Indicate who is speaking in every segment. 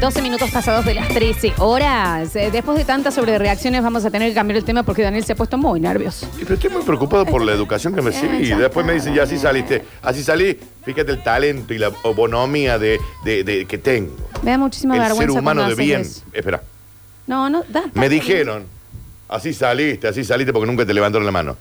Speaker 1: 12 minutos pasados de las 13 horas. Eh, Después de tantas sobrereacciones vamos a tener que cambiar el tema porque Daniel se ha puesto muy nervioso.
Speaker 2: Pero estoy muy preocupado por la educación que recibí. Y
Speaker 1: ya
Speaker 2: después me
Speaker 1: está.
Speaker 2: dicen, ya así saliste, así salí. Fíjate el talento y la obonomía de, de- de- que tengo.
Speaker 1: Me da muchísima
Speaker 2: el
Speaker 1: vergüenza
Speaker 2: ser humano
Speaker 1: cuando
Speaker 2: de
Speaker 1: haces
Speaker 2: bien.
Speaker 1: eso.
Speaker 2: Espera,
Speaker 1: No, no, da, da.
Speaker 2: me dijeron, así saliste, así saliste porque nunca te levantaron la mano.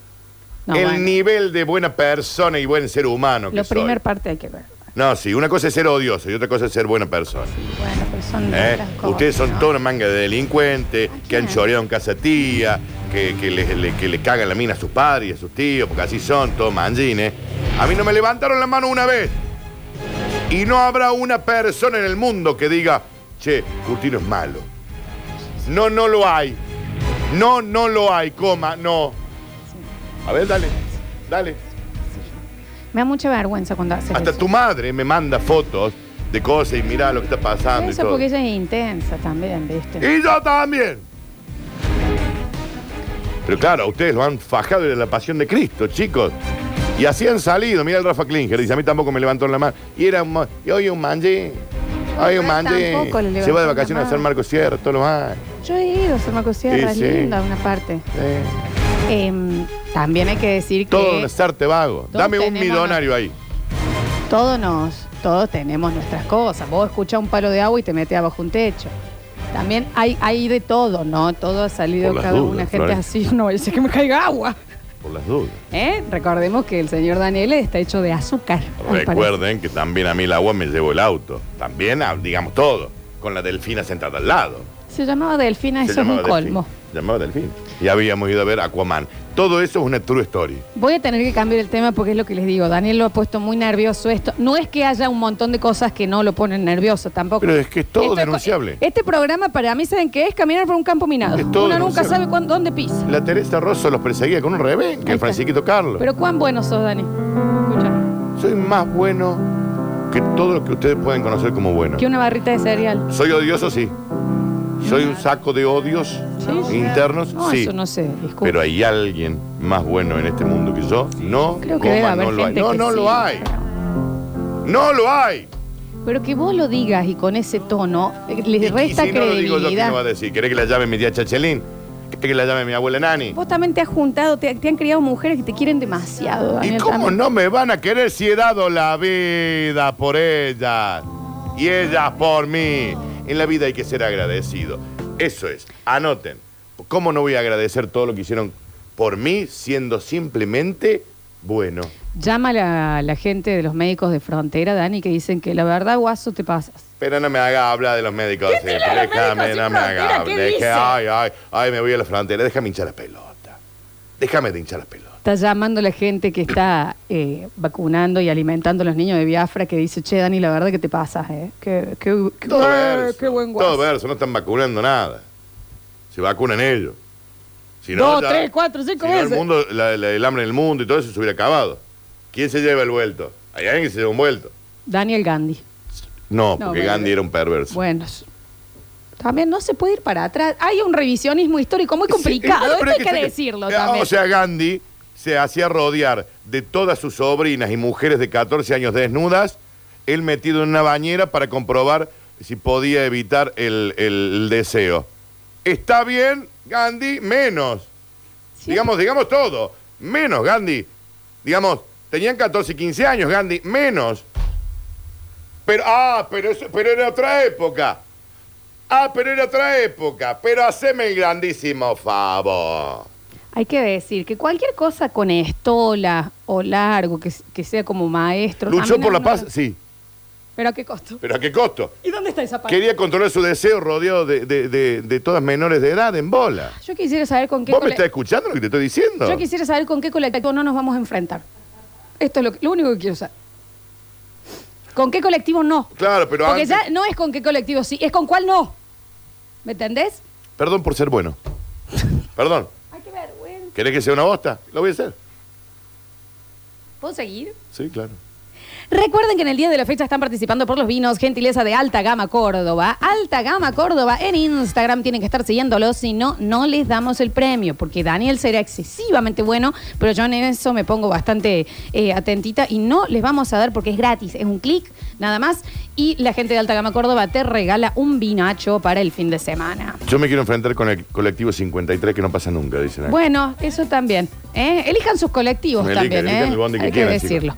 Speaker 1: No,
Speaker 2: el
Speaker 1: bueno,
Speaker 2: nivel de buena persona y buen ser humano que
Speaker 1: Lo
Speaker 2: soy.
Speaker 1: primer parte hay que ver.
Speaker 2: No, sí, una cosa es ser odioso y otra cosa es ser buena persona.
Speaker 1: Bueno, pues son
Speaker 2: ¿eh?
Speaker 1: otras cosas, Ah,
Speaker 2: Ustedes son
Speaker 1: ¿no?
Speaker 2: toda una manga de delincuentes que han choreado en casa tía, que, que le, le- que le cagan la mina a sus padres y a sus tíos, porque así son, todos manjines. A mí no me levantaron la mano una vez. Y no habrá una persona en el mundo que diga, che, Curtino es malo. No, no lo hay. No, no lo hay, coma, no. A ver, dale, dale.
Speaker 1: Me da mucha vergüenza cuando haces
Speaker 2: Hasta
Speaker 1: eso.
Speaker 2: tu madre me manda fotos de cosas y mira lo que está pasando y
Speaker 1: Eso
Speaker 2: todo. ¿Eh?
Speaker 1: porque ella es intensa también, ¿viste?
Speaker 2: Y yo también. Pero claro, a ustedes lo han fajado de la pasión de Cristo, chicos. Y así han salido. Mira el Rafa Klinger. Dice, a mí tampoco me levantaron la mano. Y era un... ma- Y hoy un manji. Hoy un
Speaker 1: Ah,
Speaker 2: manji.
Speaker 1: tampoco le
Speaker 2: Se va
Speaker 1: levantaron la
Speaker 2: de vacaciones a
Speaker 1: mano.
Speaker 2: San Marcos Sierra todos los años.
Speaker 1: Yo he ido a San Marcos Sierra,
Speaker 2: Sí,
Speaker 1: es
Speaker 2: sí.
Speaker 1: linda una parte.
Speaker 2: Eh,
Speaker 1: Em, también hay que decir que
Speaker 2: Todo un estarte vago.
Speaker 1: Todos
Speaker 2: Dame un
Speaker 1: tenemos-
Speaker 2: millonario ahí.
Speaker 1: todos nos, todos tenemos nuestras cosas. Vos escuchás un palo de agua y te metes abajo un techo. También hay, hay de todo, ¿no? Todo ha salido
Speaker 2: Por las
Speaker 1: cada
Speaker 2: dudas,
Speaker 1: una gente
Speaker 2: Florencia.
Speaker 1: así, no dice que me caiga agua.
Speaker 2: Por las dudas.
Speaker 1: ¿Eh? Recordemos que el señor Daniel está hecho de azúcar. al parecer.
Speaker 2: Recuerden que también a mí el agua me llevó el auto. También, ah, digamos, todo. Con la delfina sentada al lado.
Speaker 1: Se llamaba Delfina, Ah, eso
Speaker 2: Se
Speaker 1: es un
Speaker 2: llamaba Delfín.
Speaker 1: colmo.
Speaker 2: Se llamaba Delfín. Y habíamos ido a ver Aquaman. Todo eso es una true story.
Speaker 1: Voy a tener que cambiar el tema porque es lo que les digo. Daniel lo ha puesto muy nervioso esto. No es que haya un montón de cosas que no lo ponen nervioso tampoco.
Speaker 2: Pero es que es todo
Speaker 1: Esto es co-
Speaker 2: denunciable.
Speaker 1: este programa para mí, ¿saben qué es? Caminar por un campo minado.
Speaker 2: Es todo
Speaker 1: Uno nunca
Speaker 2: denunciable.
Speaker 1: sabe cuán- dónde pisa.
Speaker 2: La Teresa Rosso los perseguía con un
Speaker 1: eh.
Speaker 2: rebenque,
Speaker 1: Ahí
Speaker 2: el
Speaker 1: está.
Speaker 2: Francisquito Carlos.
Speaker 1: Pero cuán bueno sos, Dani. Escucha.
Speaker 2: Soy más bueno que todo lo que ustedes pueden conocer como bueno.
Speaker 1: Que una barrita de cereal.
Speaker 2: Soy odioso, sí. Soy un saco de odios
Speaker 1: Sí.
Speaker 2: internos,
Speaker 1: No,
Speaker 2: sí.
Speaker 1: eso no sé, disculpa.
Speaker 2: Pero hay alguien más bueno en este mundo que yo. No,
Speaker 1: Creo que
Speaker 2: coma,
Speaker 1: debe haber
Speaker 2: no lo hay.
Speaker 1: gente
Speaker 2: No,
Speaker 1: que
Speaker 2: no
Speaker 1: sí.
Speaker 2: lo hay. No lo hay.
Speaker 1: Pero que vos lo digas y con ese tono, eh, le
Speaker 2: Y-
Speaker 1: resta
Speaker 2: y si no lo digo yo, ¿quién
Speaker 1: credibilidad.
Speaker 2: lo va a decir? ¿Querés que la llame mi tía Chachelín? ¿Querés que la llame mi abuela Nani?
Speaker 1: vos también te has juntado, te, te han criado mujeres que te quieren demasiado,
Speaker 2: ¿Y
Speaker 1: Daniel.
Speaker 2: cómo
Speaker 1: también.
Speaker 2: no me van a querer si he dado la vida por ellas? Y ellas por mí. En la vida hay que ser agradecido. Eso es. Anoten. ¿Cómo no voy a agradecer todo lo que hicieron por mí siendo simplemente bueno?
Speaker 1: Llama a la, la gente de los médicos de frontera, Dani, que dicen que la verdad, guaso, te pasas.
Speaker 2: Pero no me haga hablar de los médicos.
Speaker 3: ¿Qué tiene los médicos sin
Speaker 2: no me haga
Speaker 3: frontera?
Speaker 2: hablar.
Speaker 3: ¿Qué
Speaker 2: Es que,
Speaker 3: dice?
Speaker 2: ay, ay, ay, me voy a la frontera. Déjame hinchar la pelota. Déjame de hinchar la pelota.
Speaker 1: Está llamando la gente que está eh, vacunando y alimentando a los niños de Biafra que dice, che, Dani, la verdad que te pasas, ¿eh? Qué, qué- qué-
Speaker 2: Todo
Speaker 1: eh,
Speaker 2: verso.
Speaker 1: qué buen
Speaker 2: Todo
Speaker 1: guaso.
Speaker 2: verso, no están vacunando nada. Se vacunan ellos. Si no,
Speaker 1: Dos,
Speaker 2: ya-
Speaker 1: tres, cuatro, cinco
Speaker 2: si no, el,
Speaker 1: veces.
Speaker 2: mundo, la- la- el hambre en el mundo y todo eso se hubiera acabado. ¿Quién se lleva el vuelto? Hay alguien que se lleva un vuelto.
Speaker 1: Daniel Gandhi.
Speaker 2: No,
Speaker 1: No,
Speaker 2: porque
Speaker 1: bueno,
Speaker 2: Gandhi
Speaker 1: bueno.
Speaker 2: era un perverso.
Speaker 1: Bueno, s- también no se puede ir para atrás. Hay un revisionismo histórico muy
Speaker 2: Sí,
Speaker 1: complicado,
Speaker 2: bueno, pero
Speaker 1: esto hay que,
Speaker 2: es se-
Speaker 1: decirlo
Speaker 2: Ah,
Speaker 1: también.
Speaker 2: O sea, Gandhi se hacía rodear de todas sus sobrinas y mujeres de 14 años desnudas, él metido en una bañera para comprobar si podía evitar el, el deseo. Está bien, Gandhi, menos.
Speaker 1: Sí.
Speaker 2: Digamos, digamos todo. Menos, Gandhi. Digamos, tenían 14 y 15 años, Gandhi. Menos. Pero, ah, pero, eso, pero era otra época. Ah, pero era otra época. Pero haceme el grandísimo favor.
Speaker 1: Hay que decir que cualquier cosa con estola o largo, que, que sea como maestro. a
Speaker 2: ¿Luchó
Speaker 1: mí no-
Speaker 2: por la
Speaker 1: no-
Speaker 2: paz? Sí.
Speaker 1: Pero a qué costo.
Speaker 2: ¿Pero a qué costo?
Speaker 1: ¿Y dónde está esa parte?
Speaker 2: Quería controlar su deseo rodeado de, de- de- de todas menores de edad en bola.
Speaker 1: Yo quisiera saber con qué
Speaker 2: ¿Vos me
Speaker 1: cole-
Speaker 2: estás escuchando lo que te estoy diciendo?
Speaker 1: Yo quisiera saber con qué colectivo no nos vamos a enfrentar. Esto es lo, que- lo único que quiero saber. ¿Con qué colectivo no?
Speaker 2: Claro, pero
Speaker 1: Porque
Speaker 2: antes-
Speaker 1: ya no es con qué colectivo sí, es con cuál no. ¿Me entendés?
Speaker 2: Perdón por ser bueno. Perdón.
Speaker 1: Ay, qué vergüenza.
Speaker 2: ¿Querés que sea una bosta? Lo voy a hacer.
Speaker 1: ¿Puedo seguir?
Speaker 2: Sí, claro.
Speaker 1: Recuerden que en el día de la fecha están participando por los vinos Gentileza de Alta Gama Córdoba. Alta Gama Córdoba en Instagram tienen que estar siguiéndolos, si no, no les damos el premio, porque Daniel será excesivamente bueno, pero yo en eso me pongo bastante eh, atentita y no les vamos a dar porque es gratis, es un clic nada más. Y la gente de Alta Gama Córdoba te regala un vinacho para el fin de semana.
Speaker 2: Yo me quiero enfrentar con el colectivo 53 que no pasa nunca, dicen. acá.
Speaker 1: Bueno, eso también. ¿eh? Elijan sus colectivos
Speaker 2: Elijan,
Speaker 1: también,
Speaker 2: elijan
Speaker 1: ¿eh?
Speaker 2: el bondi que
Speaker 1: Hay que
Speaker 2: quieran,
Speaker 1: decirlo.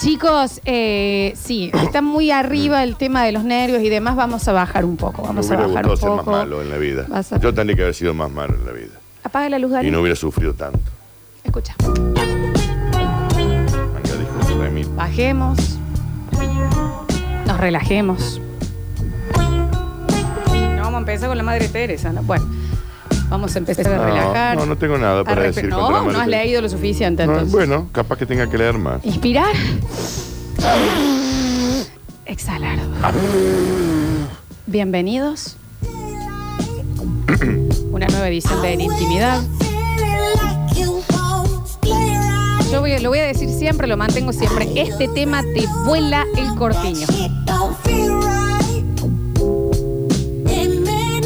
Speaker 1: Chicos, eh, sí, está muy arriba el tema de los nervios y demás. Vamos a bajar un poco.
Speaker 2: Me
Speaker 1: Vamos a
Speaker 2: hubiera
Speaker 1: bajar
Speaker 2: gustado
Speaker 1: un
Speaker 2: ser
Speaker 1: poco.
Speaker 2: más malo ¿eh? en la vida.
Speaker 1: Vas a-
Speaker 2: Yo tendría que haber sido más malo en la vida.
Speaker 1: Apaga la luz,
Speaker 2: Y
Speaker 1: Dani.
Speaker 2: no hubiera sufrido tanto.
Speaker 1: Escucha.
Speaker 2: Acá dijo Remy.
Speaker 1: Bajemos. Nos relajemos. No vamos a empezar con la madre Teresa. ¿no? Bueno, vamos a empezar a
Speaker 2: No,
Speaker 1: relajar.
Speaker 2: no, no tengo nada para
Speaker 1: A respe-
Speaker 2: decir contra la
Speaker 1: No,
Speaker 2: madre
Speaker 1: no has
Speaker 2: Teresa.
Speaker 1: leído lo suficiente
Speaker 2: No,
Speaker 1: entonces.
Speaker 2: bueno, capaz que tenga que leer más.
Speaker 1: Inspirar. Exhalar. Bienvenidos. Una nueva edición de En Intimidad. Yo voy- lo voy a decir siempre, lo mantengo siempre. Este tema te vuela el cortiño.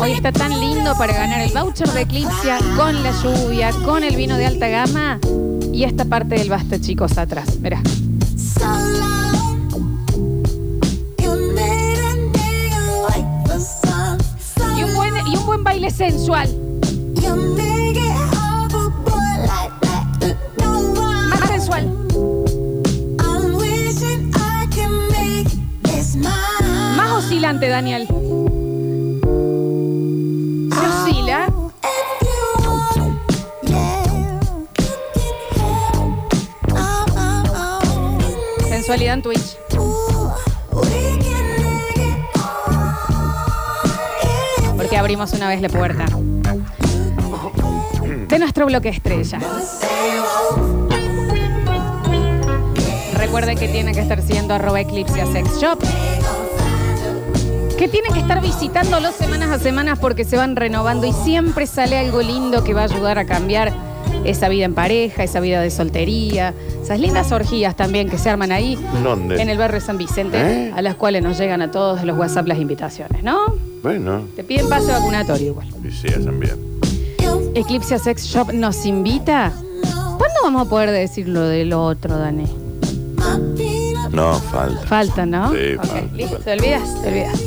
Speaker 1: Hoy está tan lindo para ganar el voucher de Eclipsia con la lluvia, con el vino de alta gama y esta parte del basta, chicos, atrás. Verá. Y un buen, y un buen baile sensual. Más sensual. Más oscilante, Daniel. Se oscila. Sensualidad en Twitch. Porque abrimos una vez la puerta. De nuestro bloque estrella. Recuerden que tienen que estar siendo arroba Eclipse Sex Shop. Que tienen que estar visitándolos semanas a semanas porque se van renovando y siempre sale algo lindo que va a ayudar a cambiar esa vida en pareja, esa vida de soltería, esas lindas orgías también que se arman ahí
Speaker 2: ¿Dónde?
Speaker 1: en el barrio San Vicente,
Speaker 2: ¿Eh?
Speaker 1: a las cuales nos llegan a todos los WhatsApp las invitaciones, ¿no?
Speaker 2: Bueno,
Speaker 1: Te piden pase vacunatorio igual.
Speaker 2: y sí, hacen bien.
Speaker 1: Eclipse Sex Shop nos invita. ¿Cuándo vamos a poder decir lo del otro, Dani?
Speaker 2: No, falta.
Speaker 1: Falta, ¿no?
Speaker 2: Sí,
Speaker 1: Ok,
Speaker 2: falta,
Speaker 1: listo,
Speaker 2: falta.
Speaker 1: te olvidas, te olvidas.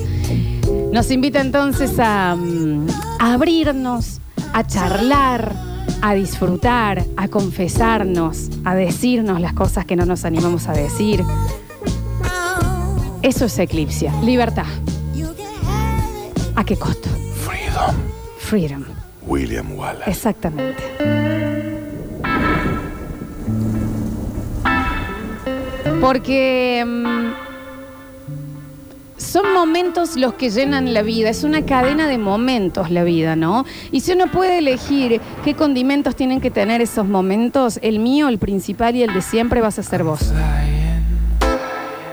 Speaker 1: Nos invita entonces a, mm, a abrirnos, a charlar, a disfrutar, a confesarnos, a decirnos las cosas que no nos animamos a decir. Eso es Eclipse. Libertad. ¿A qué costo?
Speaker 2: Freedom.
Speaker 1: Freedom.
Speaker 2: William Wallace.
Speaker 1: Exactamente. Porque mm, son momentos los que llenan la vida, es una cadena de momentos la vida, ¿no? Y si uno puede elegir qué condimentos tienen que tener esos momentos, el mío, el principal y el de siempre vas a ser vos.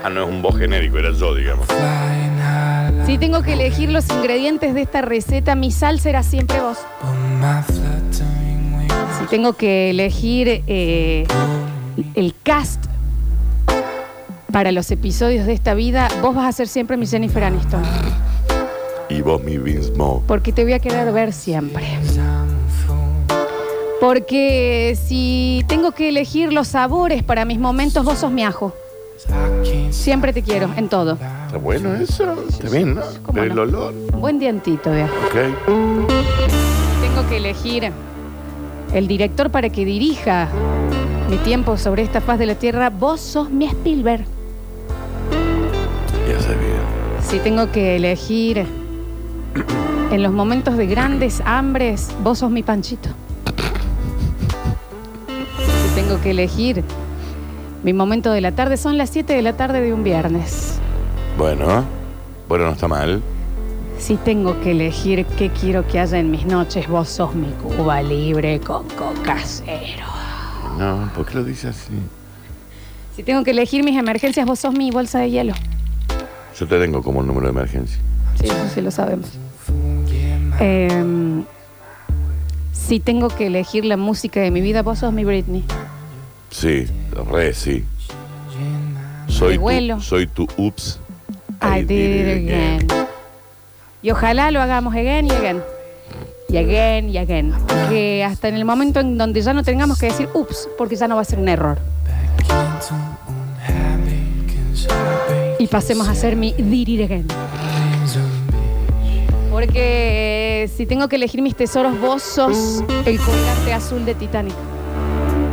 Speaker 2: Ah, no es un voz genérico, era yo, digamos.
Speaker 1: Si tengo que elegir los ingredientes de esta receta, mi sal será siempre vos. Si tengo que elegir eh, el cast para los episodios de esta vida, vos vas a ser siempre mi Jennifer Aniston.
Speaker 2: Y vos, mi Vince Moe.
Speaker 1: Porque te voy a querer ver siempre. Porque si tengo que elegir los sabores para mis momentos, vos sos mi ajo. Siempre te quiero, en todo.
Speaker 2: Está bueno eso. Está bien, ¿no?
Speaker 1: ¿Cómo
Speaker 2: Pero
Speaker 1: no?
Speaker 2: el olor.
Speaker 1: Buen dientito de ajo.
Speaker 2: Ok.
Speaker 1: Tengo que elegir el director para que dirija mi tiempo sobre esta faz de la Tierra. Vos sos mi Spielberg.
Speaker 2: Ya sabía.
Speaker 1: Si tengo que elegir en los momentos de grandes hambres, vos sos mi panchito. Si tengo que elegir mi momento de la tarde, son las 7 de la tarde de un viernes.
Speaker 2: Bueno. ¿eh? Bueno, no está mal.
Speaker 1: Si tengo que elegir qué quiero que haya en mis noches, vos sos mi Cuba libre con coca cero.
Speaker 2: No, ¿por qué lo dice así?
Speaker 1: Si tengo que elegir mis emergencias, vos sos mi bolsa de hielo.
Speaker 2: Yo te tengo como el número de emergencia.
Speaker 1: Sí, eso sí lo sabemos. Em, si tengo que elegir la música de mi vida, vos sos mi Britney.
Speaker 2: Sí, re sí. Soy
Speaker 1: vuelo.
Speaker 2: tu, soy tu ups.
Speaker 1: I did it again. Y ojalá lo hagamos again y again. Y again y again. Que hasta en el momento en donde ya no tengamos que decir ups, porque ya no va a ser un error. Y pasemos a hacer mi did it again. Porque eh, si tengo que elegir mis tesoros, vos sos el colgante azul de Titanic.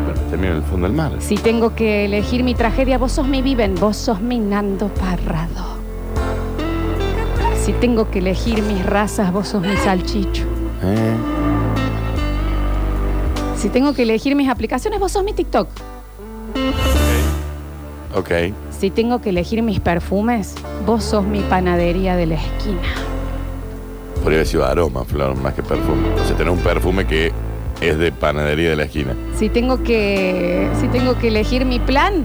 Speaker 2: Pero Termino en el fondo del mar.
Speaker 1: Si tengo que elegir mi tragedia, vos sos mi Viven, vos sos mi Nando Parrado. Si tengo que elegir mis razas, vos sos mi Salchicho.
Speaker 2: Eh,
Speaker 1: Si tengo que elegir mis aplicaciones, vos sos mi TikTok.
Speaker 2: Ok.
Speaker 1: Si tengo que elegir mis perfumes, vos sos mi panadería de la esquina.
Speaker 2: Podría haber sido aroma, Flor, más que perfume. O sea, tener un perfume que es de panadería de la esquina.
Speaker 1: Si tengo que, si tengo que elegir mi plan,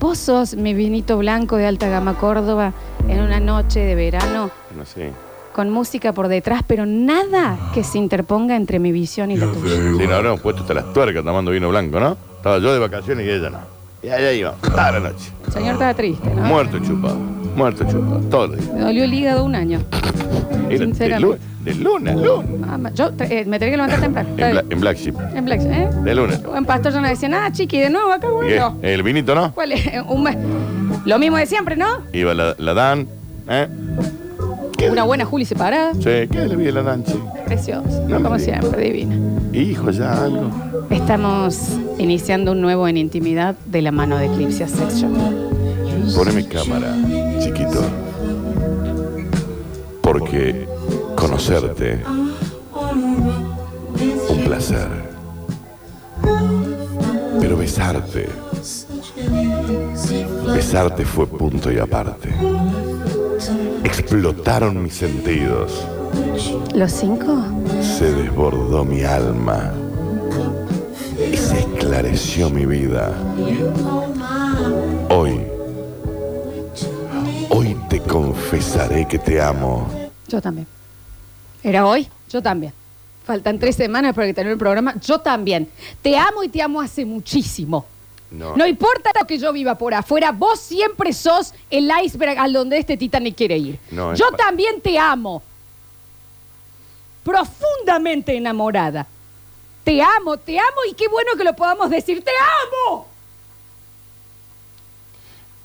Speaker 1: vos sos mi vinito blanco de alta gama Córdoba en una noche de verano
Speaker 2: No sé.
Speaker 1: con música por detrás, pero nada que se interponga entre mi visión y la tuya.
Speaker 2: Sí, no habremos puesto hasta las tuercas tomando vino blanco, ¿no? Estaba yo de vacaciones y ella no. Y allá iba, toda la noche.
Speaker 1: Señor estaba triste, ¿no?
Speaker 2: Muerto chupado, muerto chupado, todos los días.
Speaker 1: Me dolió el hígado un año.
Speaker 2: Era de, lu-
Speaker 1: Sinceramente.
Speaker 2: de luna, luna.
Speaker 1: Ah, ma- yo eh, me tenía que levantar temprano.
Speaker 2: En,
Speaker 1: Está
Speaker 2: Bla-
Speaker 1: bien.
Speaker 2: en Black Sheep,
Speaker 1: En Black, ¿eh?
Speaker 2: de luna.
Speaker 1: En Pastor yo no decía nada, chiqui, de nuevo acá,
Speaker 2: ¿Y qué?
Speaker 1: bueno.
Speaker 2: ¿El vinito no?
Speaker 1: ¿Cuál es? Un mes. Lo mismo de siempre, ¿no?
Speaker 2: Iba la, la Dan, ¿eh? ¿Qué
Speaker 1: Una
Speaker 2: de-
Speaker 1: buena Juli separada.
Speaker 2: Sí, ¿qué es la vida de la Dan, sí?
Speaker 1: Preciosa,
Speaker 2: No me
Speaker 1: como
Speaker 2: digas.
Speaker 1: siempre, divina.
Speaker 2: Hijo, ya algo.
Speaker 1: Estamos iniciando un nuevo en intimidad de la mano de Eclipse a Sex Shop.
Speaker 2: Poneme cámara, chiquito. Porque conocerte, un placer. Pero besarte, besarte fue punto y aparte. Explotaron mis sentidos,
Speaker 1: ¿Los cinco?
Speaker 2: se desbordó mi alma y se esclareció mi vida. Hoy, hoy te confesaré que te amo.
Speaker 1: Yo también. ¿Era hoy? Yo también. Faltan tres semanas para que termine el programa. Yo también. Te amo y te amo hace muchísimo.
Speaker 2: Ah.
Speaker 1: No importa lo que yo viva por afuera, vos siempre sos el iceberg al donde este Titanic quiere ir.
Speaker 2: No, es
Speaker 1: yo
Speaker 2: pa-
Speaker 1: también te amo. Profundamente enamorada. Te amo, te amo y qué bueno que lo podamos decir. ¡Te amo!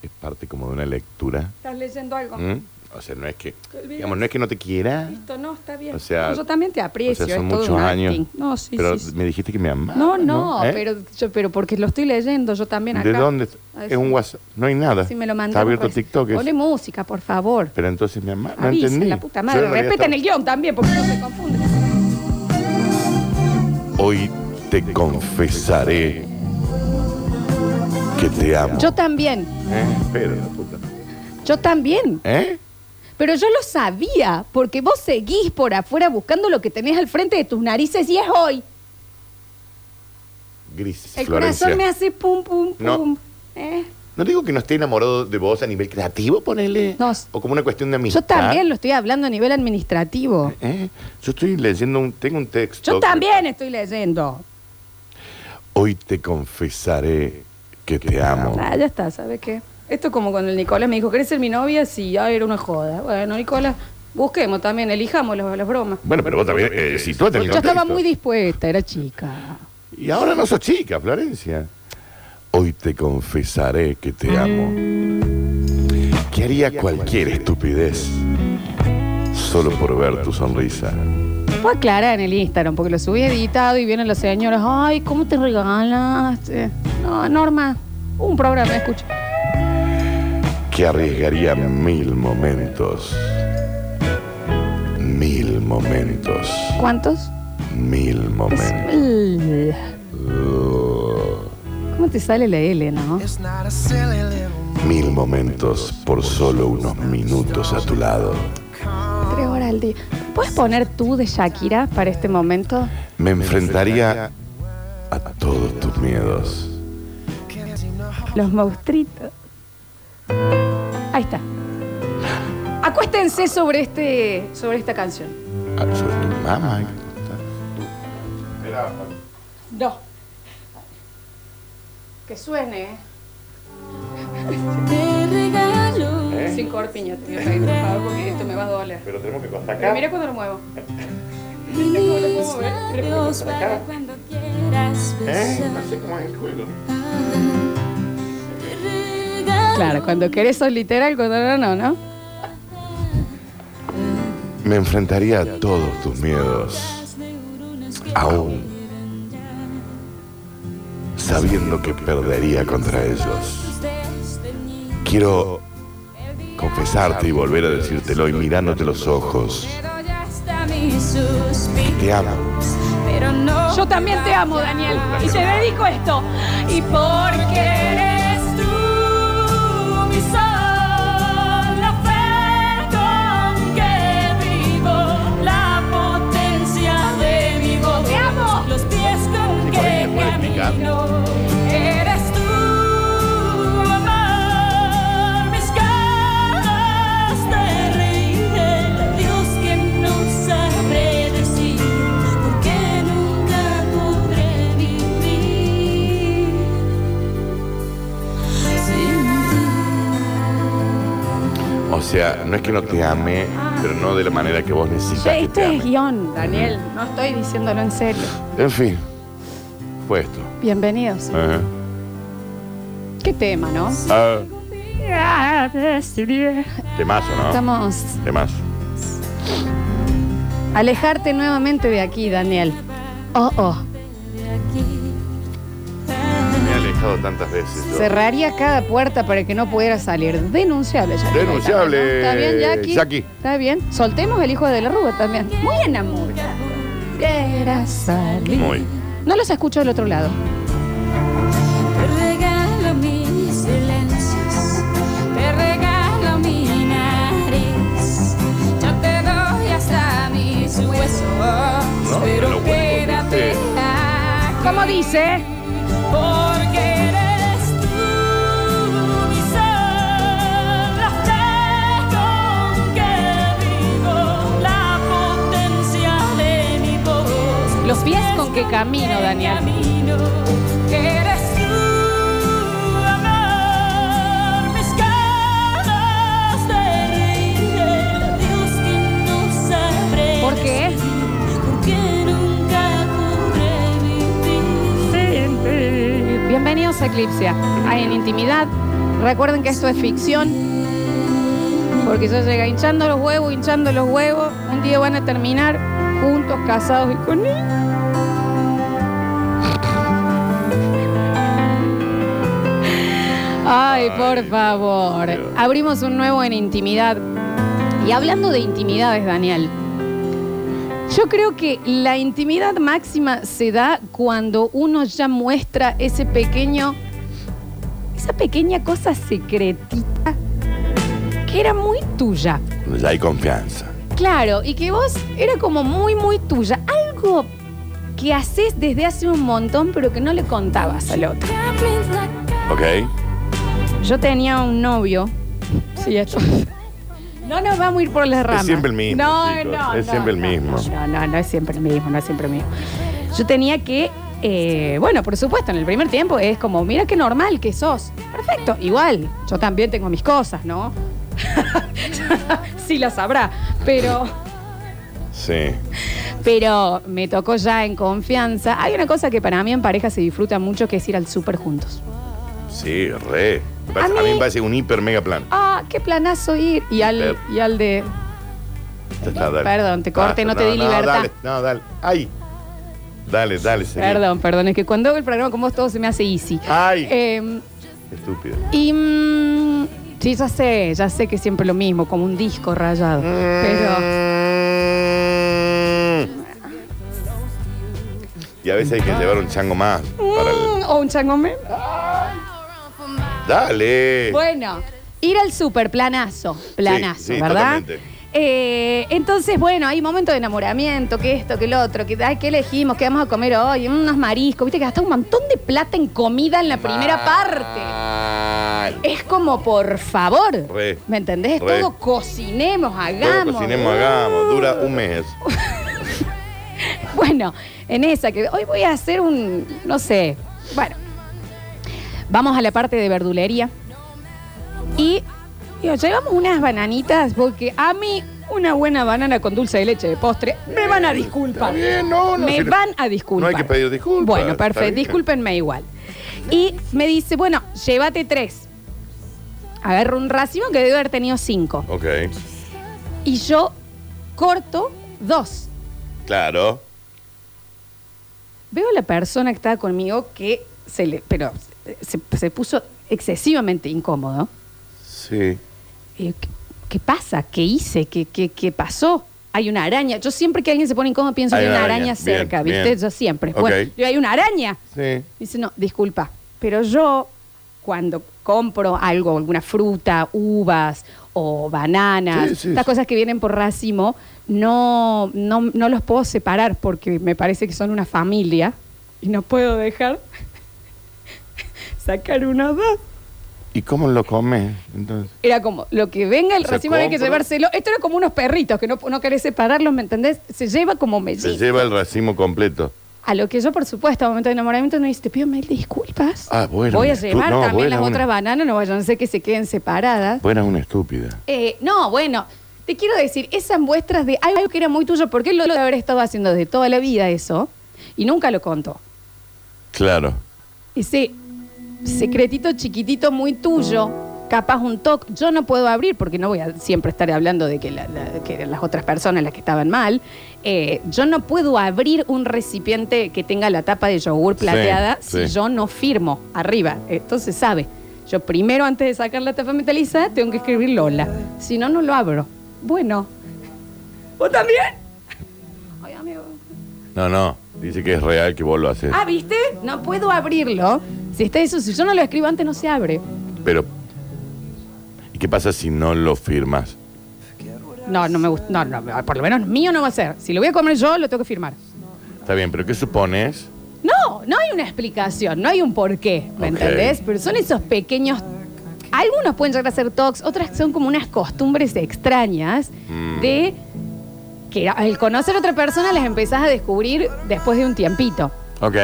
Speaker 2: Es parte como de una lectura.
Speaker 1: ¿Estás leyendo algo?
Speaker 2: ¿Mm? O sea, no es que. Digamos, no es que no te quiera.
Speaker 1: Esto no está bien.
Speaker 2: O sea,
Speaker 1: No, yo también te
Speaker 2: O
Speaker 1: aprecio.
Speaker 2: sea, son
Speaker 1: es todo
Speaker 2: muchos
Speaker 1: un
Speaker 2: años.
Speaker 1: acting. No, sí,
Speaker 2: pero
Speaker 1: sí, sí.
Speaker 2: me dijiste que me amaba.
Speaker 1: No, no,
Speaker 2: ¿Eh?
Speaker 1: pero, yo, pero porque lo estoy leyendo yo también acá.
Speaker 2: ¿De dónde?
Speaker 1: A ver
Speaker 2: Es un
Speaker 1: si-
Speaker 2: WhatsApp. No hay nada.
Speaker 1: Si me lo
Speaker 2: Está
Speaker 1: mandan.
Speaker 2: abierto TikTok. es-
Speaker 1: Ponle música, por favor.
Speaker 2: Pero entonces mi mamá. No
Speaker 1: Avisen,
Speaker 2: entendí.
Speaker 1: la puta
Speaker 2: Yo
Speaker 1: madre.
Speaker 2: en realidad
Speaker 1: Respeten el guión también, porque no se confunden.
Speaker 2: estaba- Hoy te confesaré que te amo.
Speaker 1: Yo también,
Speaker 2: ¿Eh? Pero, la puta.
Speaker 1: yo también.
Speaker 2: ¿Eh?
Speaker 1: Pero yo lo sabía, porque vos seguís por afuera buscando lo que tenés al frente de tus narices y es hoy.
Speaker 2: Gris.
Speaker 1: El
Speaker 2: Florencia.
Speaker 1: corazón me hace pum, pum,
Speaker 2: No.
Speaker 1: pum. ¿Eh?
Speaker 2: No digo que no esté enamorado de vos a nivel creativo, ponele.
Speaker 1: No.
Speaker 2: O como una cuestión de amistad.
Speaker 1: Yo también lo estoy hablando a nivel administrativo.
Speaker 2: ¿Eh? Yo estoy leyendo un. Tengo un texto.
Speaker 1: Yo
Speaker 2: que-
Speaker 1: también estoy leyendo.
Speaker 2: Hoy te confesaré que te amo.
Speaker 1: Ah, ya está, ¿sabes qué? Esto es como cuando el Nicolás me dijo, ¿querés ser mi novia? Sí, ah, era una joda. Bueno, Nicolás, busquemos también, elijamos los- las bromas.
Speaker 2: Bueno, pero vos también, eh, situate en el
Speaker 1: Yo estaba
Speaker 2: contexto.
Speaker 1: muy dispuesta, era chica.
Speaker 2: Y ahora no sos chica, Florencia. Hoy te confesaré que te amo. Que haría cualquier estupidez solo por ver tu sonrisa.
Speaker 1: Puedo aclarar en el Instagram, porque lo subí editado y vienen los señores, ay, ¿cómo te regalaste? No, Norma, un programa, escucha.
Speaker 2: Que arriesgaría mil momentos. Mil momentos.
Speaker 1: ¿Cuántos?
Speaker 2: Mil
Speaker 1: Es-
Speaker 2: momentos.
Speaker 1: L. ¿Cómo te sale la L, no?
Speaker 2: Mil momentos por solo unos minutos a tu lado.
Speaker 1: Tres horas al día. ¿Puedes poner tú de Shakira para este momento?
Speaker 2: Me enfrentaría a todos tus miedos.
Speaker 1: Los maustritos. Ahí está. Acuéstense sobre este, sobre esta canción.
Speaker 2: Ah, sobre tu mamá.
Speaker 1: No. Que suene, ¿eh?
Speaker 3: Te regalo.
Speaker 2: ¿Eh?
Speaker 1: Sin corpiña, te voy a pedir, por favor, porque esto me va a doler.
Speaker 2: Pero tenemos que cortar
Speaker 1: Pero
Speaker 2: acá.
Speaker 1: mira cuando lo muevo.
Speaker 3: Mis
Speaker 1: ¿Cómo ves?
Speaker 3: labios para cuando quieras
Speaker 2: ¿Eh?
Speaker 3: besar.
Speaker 2: No sé cómo es el juego.
Speaker 3: Te regalo.
Speaker 1: Claro, cuando querés sos literal, cuando no, no, ¿no?
Speaker 2: Me enfrentaría a todos tus miedos,
Speaker 3: Las neuronas que
Speaker 2: aún sabiendo que perdería contra ellos.
Speaker 3: desteñí.
Speaker 2: Quiero confesarte y volver a decírtelo y mirándote los ojos.
Speaker 3: Pero ya está mi suspiro.
Speaker 2: Te amo.
Speaker 3: Pero no.
Speaker 1: Yo también te amo, Daniel. Y te dedico esto.
Speaker 3: Y porque eres tú mi sol, la fe con que vivo, la potencia de mi voz. Te amo. Los pies con que camino. Eres tú, amor. Mis caras te ríen. Dios que no sabré decir, porque nunca podré vivir sin
Speaker 2: O sea, no es que no te ame, pero no de la manera que vos necesitas. que
Speaker 1: esto este
Speaker 2: te
Speaker 1: es
Speaker 2: ame.
Speaker 1: guión, Daniel. No estoy diciéndolo en serio.
Speaker 2: En fin, fue esto.
Speaker 1: Bienvenidos.
Speaker 2: Ajá.
Speaker 1: Qué tema, ¿no?
Speaker 2: Ah, temazo, ¿no?
Speaker 1: Estamos.
Speaker 2: Temazo.
Speaker 1: Alejarte nuevamente de aquí, Daniel. Oh, oh.
Speaker 2: Me he alejado tantas veces. yo.
Speaker 1: Cerraría cada puerta para que no pudiera salir. Denunciable, Jackie.
Speaker 2: Denunciable,
Speaker 1: Está bien, Jackie.
Speaker 2: Jackie.
Speaker 1: Está bien. Soltemos el hijo de la ruba también. Muy enamorada. Quiera salir.
Speaker 2: Muy.
Speaker 1: No los escucho del otro lado.
Speaker 3: Te regalo mis silencios, te regalo mi nariz, yo te doy hasta mis huesos,
Speaker 2: No, pero
Speaker 3: pero
Speaker 2: bueno,
Speaker 3: quédate
Speaker 2: sí.
Speaker 3: aquí.
Speaker 1: Como dice,
Speaker 3: Porque eres tú mi sol, la fe con que vivo, la potencia de mi voz.
Speaker 1: Los pies con que camino, Daniel.
Speaker 3: Camino, eres tú, amor, mis ganas de reír, Dios que no sabré
Speaker 1: ¿Por qué?
Speaker 3: decir, Porque nunca podré vivir
Speaker 1: bienvenidos a Eclipsia. Hay en intimidad. Recuerden que esto es ficción. Porque yo llega hinchando los huevos, hinchando los huevos. Un día van a terminar juntos, casados y con niños. Ay, por favor. Abrimos un nuevo en intimidad. Y hablando de intimidades, Daniel, yo creo que la intimidad máxima se da cuando uno ya muestra ese pequeño, esa pequeña cosa secretita que era muy tuya.
Speaker 2: Ya hay confianza.
Speaker 1: Claro, y que vos era como muy, muy tuya. Algo que haces desde hace un montón, pero que no le contabas al otro.
Speaker 2: ¿Ok?
Speaker 1: Yo tenía un novio. Sí, esto. No nos vamos a ir por las ramas.
Speaker 2: siempre el mismo,
Speaker 1: No,
Speaker 2: chicos,
Speaker 1: no.
Speaker 2: es
Speaker 1: no,
Speaker 2: siempre el
Speaker 1: no,
Speaker 2: mismo.
Speaker 1: No, no, no es siempre el mismo, no es siempre el mismo. Yo tenía que. eh, bueno, por supuesto, en el primer tiempo es como, mira qué normal que sos. Perfecto, igual. Yo también tengo mis cosas, ¿no? sí las sabrá. Pero,
Speaker 2: Sí.
Speaker 1: pero me tocó ya en confianza. Hay una cosa que para mí en pareja se disfruta mucho que es ir al súper juntos.
Speaker 2: Sí, re. Me parece-
Speaker 1: A
Speaker 2: a, mí,
Speaker 1: mí
Speaker 2: me parece un hiper mega plan.
Speaker 1: Ah, qué planazo ir. Y al, y al de.
Speaker 2: Ya está, dale.
Speaker 1: Perdón, te corté, no te di libertad.
Speaker 2: Dale, no, dale. Ay. Dale, dale, seguí.
Speaker 1: Perdón, perdón, es que cuando hago el programa con vos todo se me hace easy.
Speaker 2: Ay.
Speaker 1: Eh,
Speaker 2: Estúpido.
Speaker 1: y. mm, sí, ya sé, ya sé que siempre lo mismo, como un disco rayado.
Speaker 2: Mm.
Speaker 1: Pero.
Speaker 2: Y a veces hay
Speaker 1: Ah.
Speaker 2: que llevar un chango más. Para el...
Speaker 1: Mm, O un chango menos.
Speaker 2: Dale.
Speaker 1: Mm. Bueno, ir al súper, planazo, planazo,
Speaker 2: Sí, sí,
Speaker 1: ¿verdad?
Speaker 2: totalmente.
Speaker 1: Eh, entonces, bueno, hay momentos de enamoramiento, que esto, que el otro, que ay, ¿qué elegimos, qué vamos a comer hoy, unos mariscos, viste que gastás un montón de plata en comida en la primera
Speaker 2: Ah,
Speaker 1: parte.
Speaker 2: Mal.
Speaker 1: Es como, por favor,
Speaker 2: Re.
Speaker 1: ¿me entendés? Es
Speaker 2: Re.
Speaker 1: Todo cocinemos,
Speaker 2: Luego
Speaker 1: hagamos.
Speaker 2: cocinemos, hagamos. Dura un mes.
Speaker 1: Bueno, en esa que hoy voy a hacer un, no sé, bueno. Vamos a la parte de verdulería. Y digo, llevamos unas bananitas porque a mí una buena banana con dulce de leche de postre me van a disculpar.
Speaker 2: Está bien, no, no,
Speaker 1: me
Speaker 2: si no-
Speaker 1: van a disculpar.
Speaker 2: no hay que pedir disculpas,
Speaker 1: Bueno,
Speaker 2: está
Speaker 1: perfecto,
Speaker 2: bien.
Speaker 1: discúlpenme igual. Y me dice, bueno, llévate tres. Agarro un racimo que debe haber tenido cinco.
Speaker 2: Ok,
Speaker 1: Y yo corto dos.
Speaker 2: claro.
Speaker 1: Veo a la persona que estaba conmigo que se le. Pero se, se puso excesivamente incómodo.
Speaker 2: Sí.
Speaker 1: Y digo, ¿Qué, qué pasa? ¿Qué hice? ¿Qué, qué, qué pasó? Hay una araña. Yo siempre que alguien se pone incómodo pienso
Speaker 2: Hay
Speaker 1: que hay una
Speaker 2: una
Speaker 1: araña,
Speaker 2: araña. Bien,
Speaker 1: cerca, ¿viste?
Speaker 2: bien.
Speaker 1: Yo siempre.
Speaker 2: Ok.
Speaker 1: Bueno, yo, hay una araña.
Speaker 2: Sí.
Speaker 1: Dice, no, disculpa, pero yo cuando compro algo, alguna fruta, uvas o bananas,
Speaker 2: Sí, sí,
Speaker 1: estas
Speaker 2: sí.
Speaker 1: cosas que vienen por racimo, no, no, no los puedo separar porque me parece que son una familia y no puedo dejar sacar uno o dos.
Speaker 2: ¿Y cómo lo comes? Entonces.
Speaker 1: Era como, lo que venga el
Speaker 2: Se
Speaker 1: racimo había que
Speaker 2: compra.
Speaker 1: llevárselo. Esto era como unos perritos que no, no querés separarlos, ¿me entendés? Se lleva como
Speaker 2: Se
Speaker 1: mellizos.
Speaker 2: lleva el racimo completo.
Speaker 1: A lo que yo, por supuesto, a momento de enamoramiento no dice, te pido mil disculpas.
Speaker 2: Ah, bueno,
Speaker 1: Voy a
Speaker 2: tú-
Speaker 1: llevar
Speaker 2: no,
Speaker 1: también
Speaker 2: bueno,
Speaker 1: las
Speaker 2: bueno.
Speaker 1: otras bananas, no vayan a ser que se queden separadas.
Speaker 2: Buena es una estúpida.
Speaker 1: Eh, no, bueno, te quiero decir, esas muestras de algo que era muy tuyo, porque él lo debe haber estado haciendo desde toda la vida eso, y nunca lo contó.
Speaker 2: Claro.
Speaker 1: Ese secretito chiquitito muy tuyo, capaz un toque, yo no puedo abrir porque no voy a siempre estar hablando de que, la- la- que eran las otras personas las que estaban mal. Eh, yo no puedo abrir un recipiente que tenga la tapa de yogur
Speaker 2: Sí,
Speaker 1: plateada si
Speaker 2: sí.
Speaker 1: yo no firmo arriba. Entonces sabe, yo primero antes de sacar la tapa metalizada tengo que escribir Lola, si no, no lo abro. Bueno, ¿vos también? Ay, amigo.
Speaker 2: No, no. Dice que es real que vos lo haces.
Speaker 1: Ah, ¿viste? No puedo abrirlo. Si está eso, si yo no lo escribo antes no se abre.
Speaker 2: Pero. ¿Y qué pasa si no lo firmas?
Speaker 1: No, no me gusta. No, no, por lo menos mío no va a ser. Si lo voy a comer yo, lo tengo que firmar.
Speaker 2: Está bien, pero ¿qué supones?
Speaker 1: No, no hay una explicación, no hay un porqué, ¿me
Speaker 2: Ok.
Speaker 1: entendés? Pero son esos pequeños. Algunos pueden llegar a ser tox, otras son como unas costumbres extrañas
Speaker 2: Mm.
Speaker 1: de que al conocer a otra persona las empezás a descubrir después de un tiempito.
Speaker 2: Ok.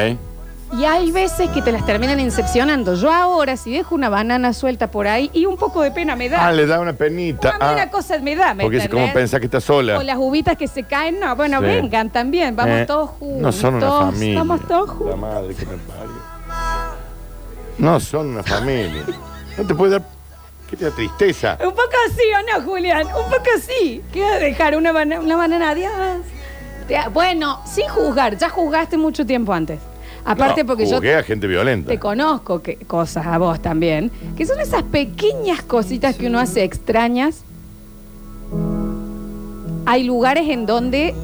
Speaker 1: Y hay veces que te las terminan incepcionando. Yo ahora, si dejo una banana suelta por ahí, y un poco de pena me da.
Speaker 2: Ah, le da una penita.
Speaker 1: Una mera
Speaker 2: Ah,
Speaker 1: cosa me da, ¿me
Speaker 2: porque es como
Speaker 1: entendés?
Speaker 2: pensás que está sola.
Speaker 1: O las uvitas que se caen, no, bueno,
Speaker 2: Sí.
Speaker 1: vengan también, vamos
Speaker 2: Eh,
Speaker 1: todos juntos.
Speaker 2: No son una familia.
Speaker 1: Vamos todos
Speaker 2: La
Speaker 1: juntos.
Speaker 2: madre que me parió. No son una familia. No te puede dar. ¿Qué te da tristeza?
Speaker 1: Un poco así, ¿o no, Julián? Un poco así. ¿Qué vas a dejar? ¿Una, bana- una banana adiós? Te- Bueno, sin juzgar, ya juzgaste mucho tiempo antes. Aparte
Speaker 2: No,
Speaker 1: porque yo
Speaker 2: juzgué a gente violenta.
Speaker 1: te conozco que, cosas a vos también, que son esas pequeñas cositas que uno hace extrañas. Hay lugares en donde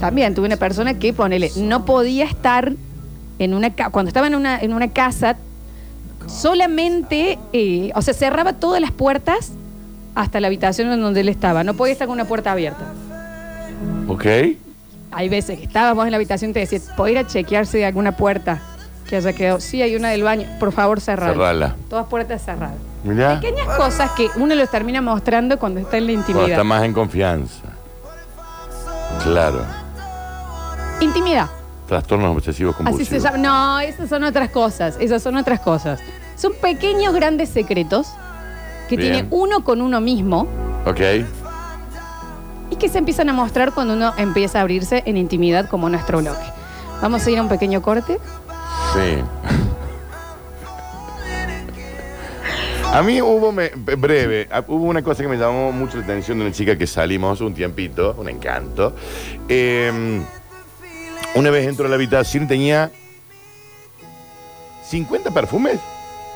Speaker 1: también tuve una persona que, ponele, no podía estar en una ca- cuando estaba en una, en una casa, solamente, eh, o sea, cerraba todas las puertas hasta la habitación en donde él estaba. No podía estar con una puerta abierta.
Speaker 2: ¿Ok?
Speaker 1: Hay veces que estábamos en la habitación y te decía, ¿puedo ir a chequearse de alguna puerta que haya quedado? Sí, hay una del baño. Por favor, cerrala.
Speaker 2: Cerrala.
Speaker 1: Todas puertas cerradas.
Speaker 2: Mirá.
Speaker 1: Pequeñas cosas que uno los termina mostrando cuando está en la
Speaker 2: Cuando
Speaker 1: intimidad.
Speaker 2: está más en confianza. Claro.
Speaker 1: Intimidad.
Speaker 2: Trastornos obsesivos
Speaker 1: Así
Speaker 2: compulsivos.
Speaker 1: se llama. No, esas son otras cosas. Esas son otras cosas. Son pequeños, grandes secretos que
Speaker 2: Bien.
Speaker 1: tiene uno con uno mismo
Speaker 2: Ok.
Speaker 1: y que se empiezan a mostrar cuando uno empieza a abrirse en intimidad como nuestro bloque. Vamos a ir a un pequeño corte.
Speaker 2: Sí. A mí hubo, me- breve, a- hubo una cosa que me llamó mucho la atención de una chica que salimos un tiempito, un encanto. Eh, una vez entró a la habitación y tenía 50 perfumes,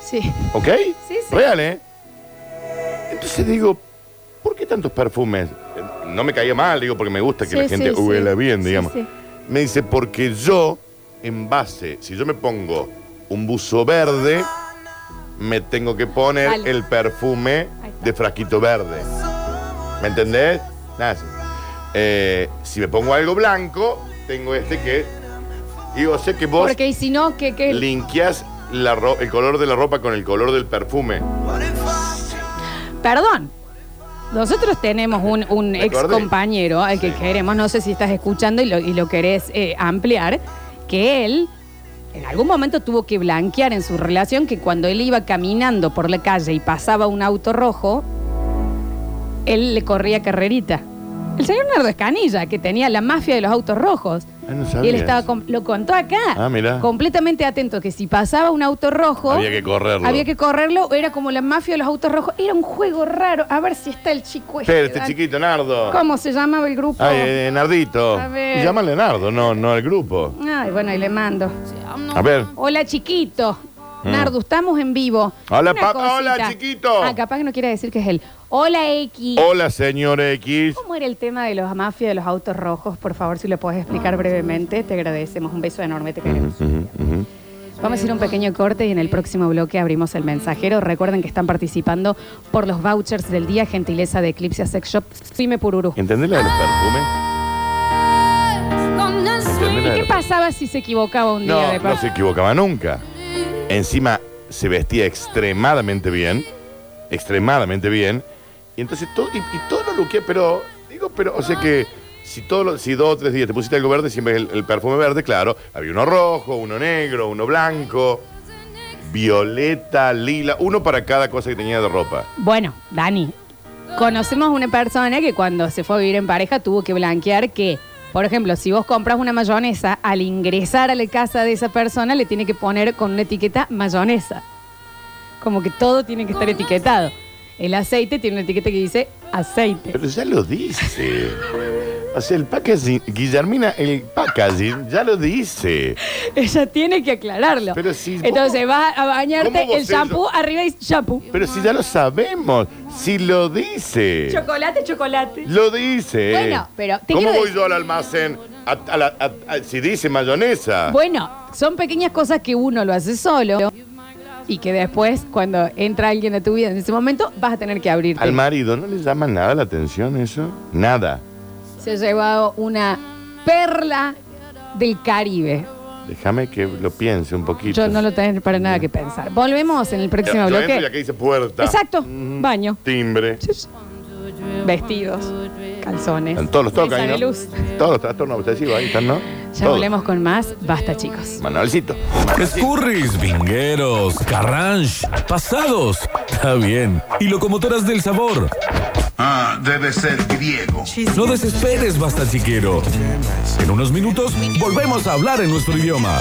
Speaker 1: Sí.
Speaker 2: ¿ok?
Speaker 1: Sí, sí.
Speaker 2: Real, ¿eh? Entonces digo, ¿por qué tantos perfumes? Eh, No me caía mal, digo, porque me gusta que
Speaker 1: Sí,
Speaker 2: la gente
Speaker 1: sí, sí.
Speaker 2: huela bien,
Speaker 1: Sí,
Speaker 2: digamos.
Speaker 1: sí.
Speaker 2: Me dice, porque yo, en base, si yo me pongo un buzo verde, me tengo que poner
Speaker 1: Vale.
Speaker 2: el perfume
Speaker 1: Ahí está.
Speaker 2: de frasquito verde. ¿Me entendés? Nada así. Eh, si me pongo algo blanco, tengo este que. Digo, sé que vos
Speaker 1: Porque y si no, que, que
Speaker 2: linkeás la ro- el color de la ropa con el color del perfume.
Speaker 1: Perdón. Nosotros tenemos un, un
Speaker 2: Me
Speaker 1: ex
Speaker 2: acordé.
Speaker 1: compañero al que
Speaker 2: Sí.
Speaker 1: queremos, no sé si estás escuchando y lo, y lo querés eh, ampliar, que él en algún momento tuvo que blanquear en su relación que cuando él iba caminando por la calle y pasaba un auto rojo, él le corría carrerita. El señor Nardo Escanilla, que tenía la mafia de los autos rojos.
Speaker 2: Ah,
Speaker 1: y
Speaker 2: no
Speaker 1: él
Speaker 2: sabía
Speaker 1: estaba
Speaker 2: eso.
Speaker 1: com- lo contó acá,
Speaker 2: Ah, mirá.
Speaker 1: completamente atento, que si pasaba un auto rojo,
Speaker 2: Había que correrlo.
Speaker 1: había que correrlo, era como la mafia de los autos rojos, era un juego raro, a ver si está el chico este.
Speaker 2: Espera, este
Speaker 1: Dan.
Speaker 2: chiquito, Nardo.
Speaker 1: ¿Cómo se llamaba el grupo?
Speaker 2: Ay, eh, Nardito.
Speaker 1: A ver.
Speaker 2: Y Llámale a Nardo, no, no al grupo.
Speaker 1: Ay, bueno, y le mando.
Speaker 2: A ver.
Speaker 1: Hola, chiquito. Nardo, estamos en vivo.
Speaker 2: Mm. Hola,
Speaker 1: Una
Speaker 2: papá.
Speaker 1: cosita.
Speaker 2: Hola, chiquito.
Speaker 1: Ah, capaz que no quiere decir que es él. Hola, X.
Speaker 2: Hola, señor X.
Speaker 1: ¿Cómo era el tema de los mafias de los autos rojos? Por favor, si lo puedes explicar brevemente, te agradecemos. Un beso enorme, te queremos.
Speaker 2: Ujú, ujú.
Speaker 1: Vamos a ir a un pequeño corte y en el próximo bloque abrimos el mensajero. Recuerden que están participando por los vouchers del día gentileza de Eclipse Sex Shop. Fime Pururu.
Speaker 2: ¿Entendés la de los perfumes? Em,
Speaker 1: ¿Y qué pasaba si se equivocaba un día
Speaker 2: No,
Speaker 1: de
Speaker 2: no se equivocaba nunca. Encima se vestía extremadamente bien, extremadamente bien. Y entonces todo, y, y todo lo luqué, pero, digo, pero, o sea que si, todo lo- si dos o tres días te pusiste algo verde, siempre el, el perfume verde, claro. Había uno rojo, uno negro, uno blanco, violeta, lila, uno para cada cosa que tenía de ropa.
Speaker 1: Bueno, Dani, conocemos una persona que cuando se fue a vivir en pareja tuvo que blanquear que, por ejemplo, si vos compras una mayonesa, al ingresar a la casa de esa persona le tiene que poner con una etiqueta mayonesa. Como que todo tiene que estar etiquetado. El aceite tiene una etiqueta que dice aceite.
Speaker 2: Pero ya lo dice. O sea, el packaging, Guillermina, el packaging ya lo dice.
Speaker 1: Ella tiene que aclararlo.
Speaker 2: Pero si vos-
Speaker 1: Entonces vas a bañarte,
Speaker 2: ¿Cómo vos
Speaker 1: el shampoo,
Speaker 2: eso?
Speaker 1: arriba dice shampoo.
Speaker 2: Pero si ya lo sabemos, si lo dice.
Speaker 1: Chocolate, chocolate.
Speaker 2: Lo dice.
Speaker 1: Bueno, pero te
Speaker 2: ¿Cómo
Speaker 1: quiero
Speaker 2: voy
Speaker 1: decir-
Speaker 2: yo al almacén a- a la- a- a- si dice mayonesa?
Speaker 1: Bueno, son pequeñas cosas que uno lo hace solo y que después, cuando entra alguien a tu vida en ese momento, vas a tener que abrirte.
Speaker 2: Al marido no le llama nada la atención eso. Nada.
Speaker 1: Se ha llevado una perla del Caribe.
Speaker 2: Déjame que lo piense un poquito.
Speaker 1: Yo no lo tengo para nada que pensar. Volvemos en el próximo
Speaker 2: yo, yo entro y
Speaker 1: bloque.
Speaker 2: acá dice puerta.
Speaker 1: Exacto.
Speaker 2: Mm,
Speaker 1: Baño.
Speaker 2: Timbre.
Speaker 1: Vestidos. Calzones.
Speaker 2: Todos los
Speaker 1: mesa
Speaker 2: tocan. ahí,
Speaker 1: de
Speaker 2: ¿no?
Speaker 1: luz.
Speaker 2: Todos los trastornos obsesivos ahí están, ¿no?
Speaker 1: Ya
Speaker 2: Todos.
Speaker 1: volvemos con más. Basta, chicos.
Speaker 2: Manuelcito.
Speaker 4: Escurris, Pues vingueros, carranche, pasados. Está bien. Y locomotoras del sabor.
Speaker 5: Ah, debe ser griego.
Speaker 4: No desesperes, basta chiquero. En unos minutos volvemos a hablar en nuestro idioma.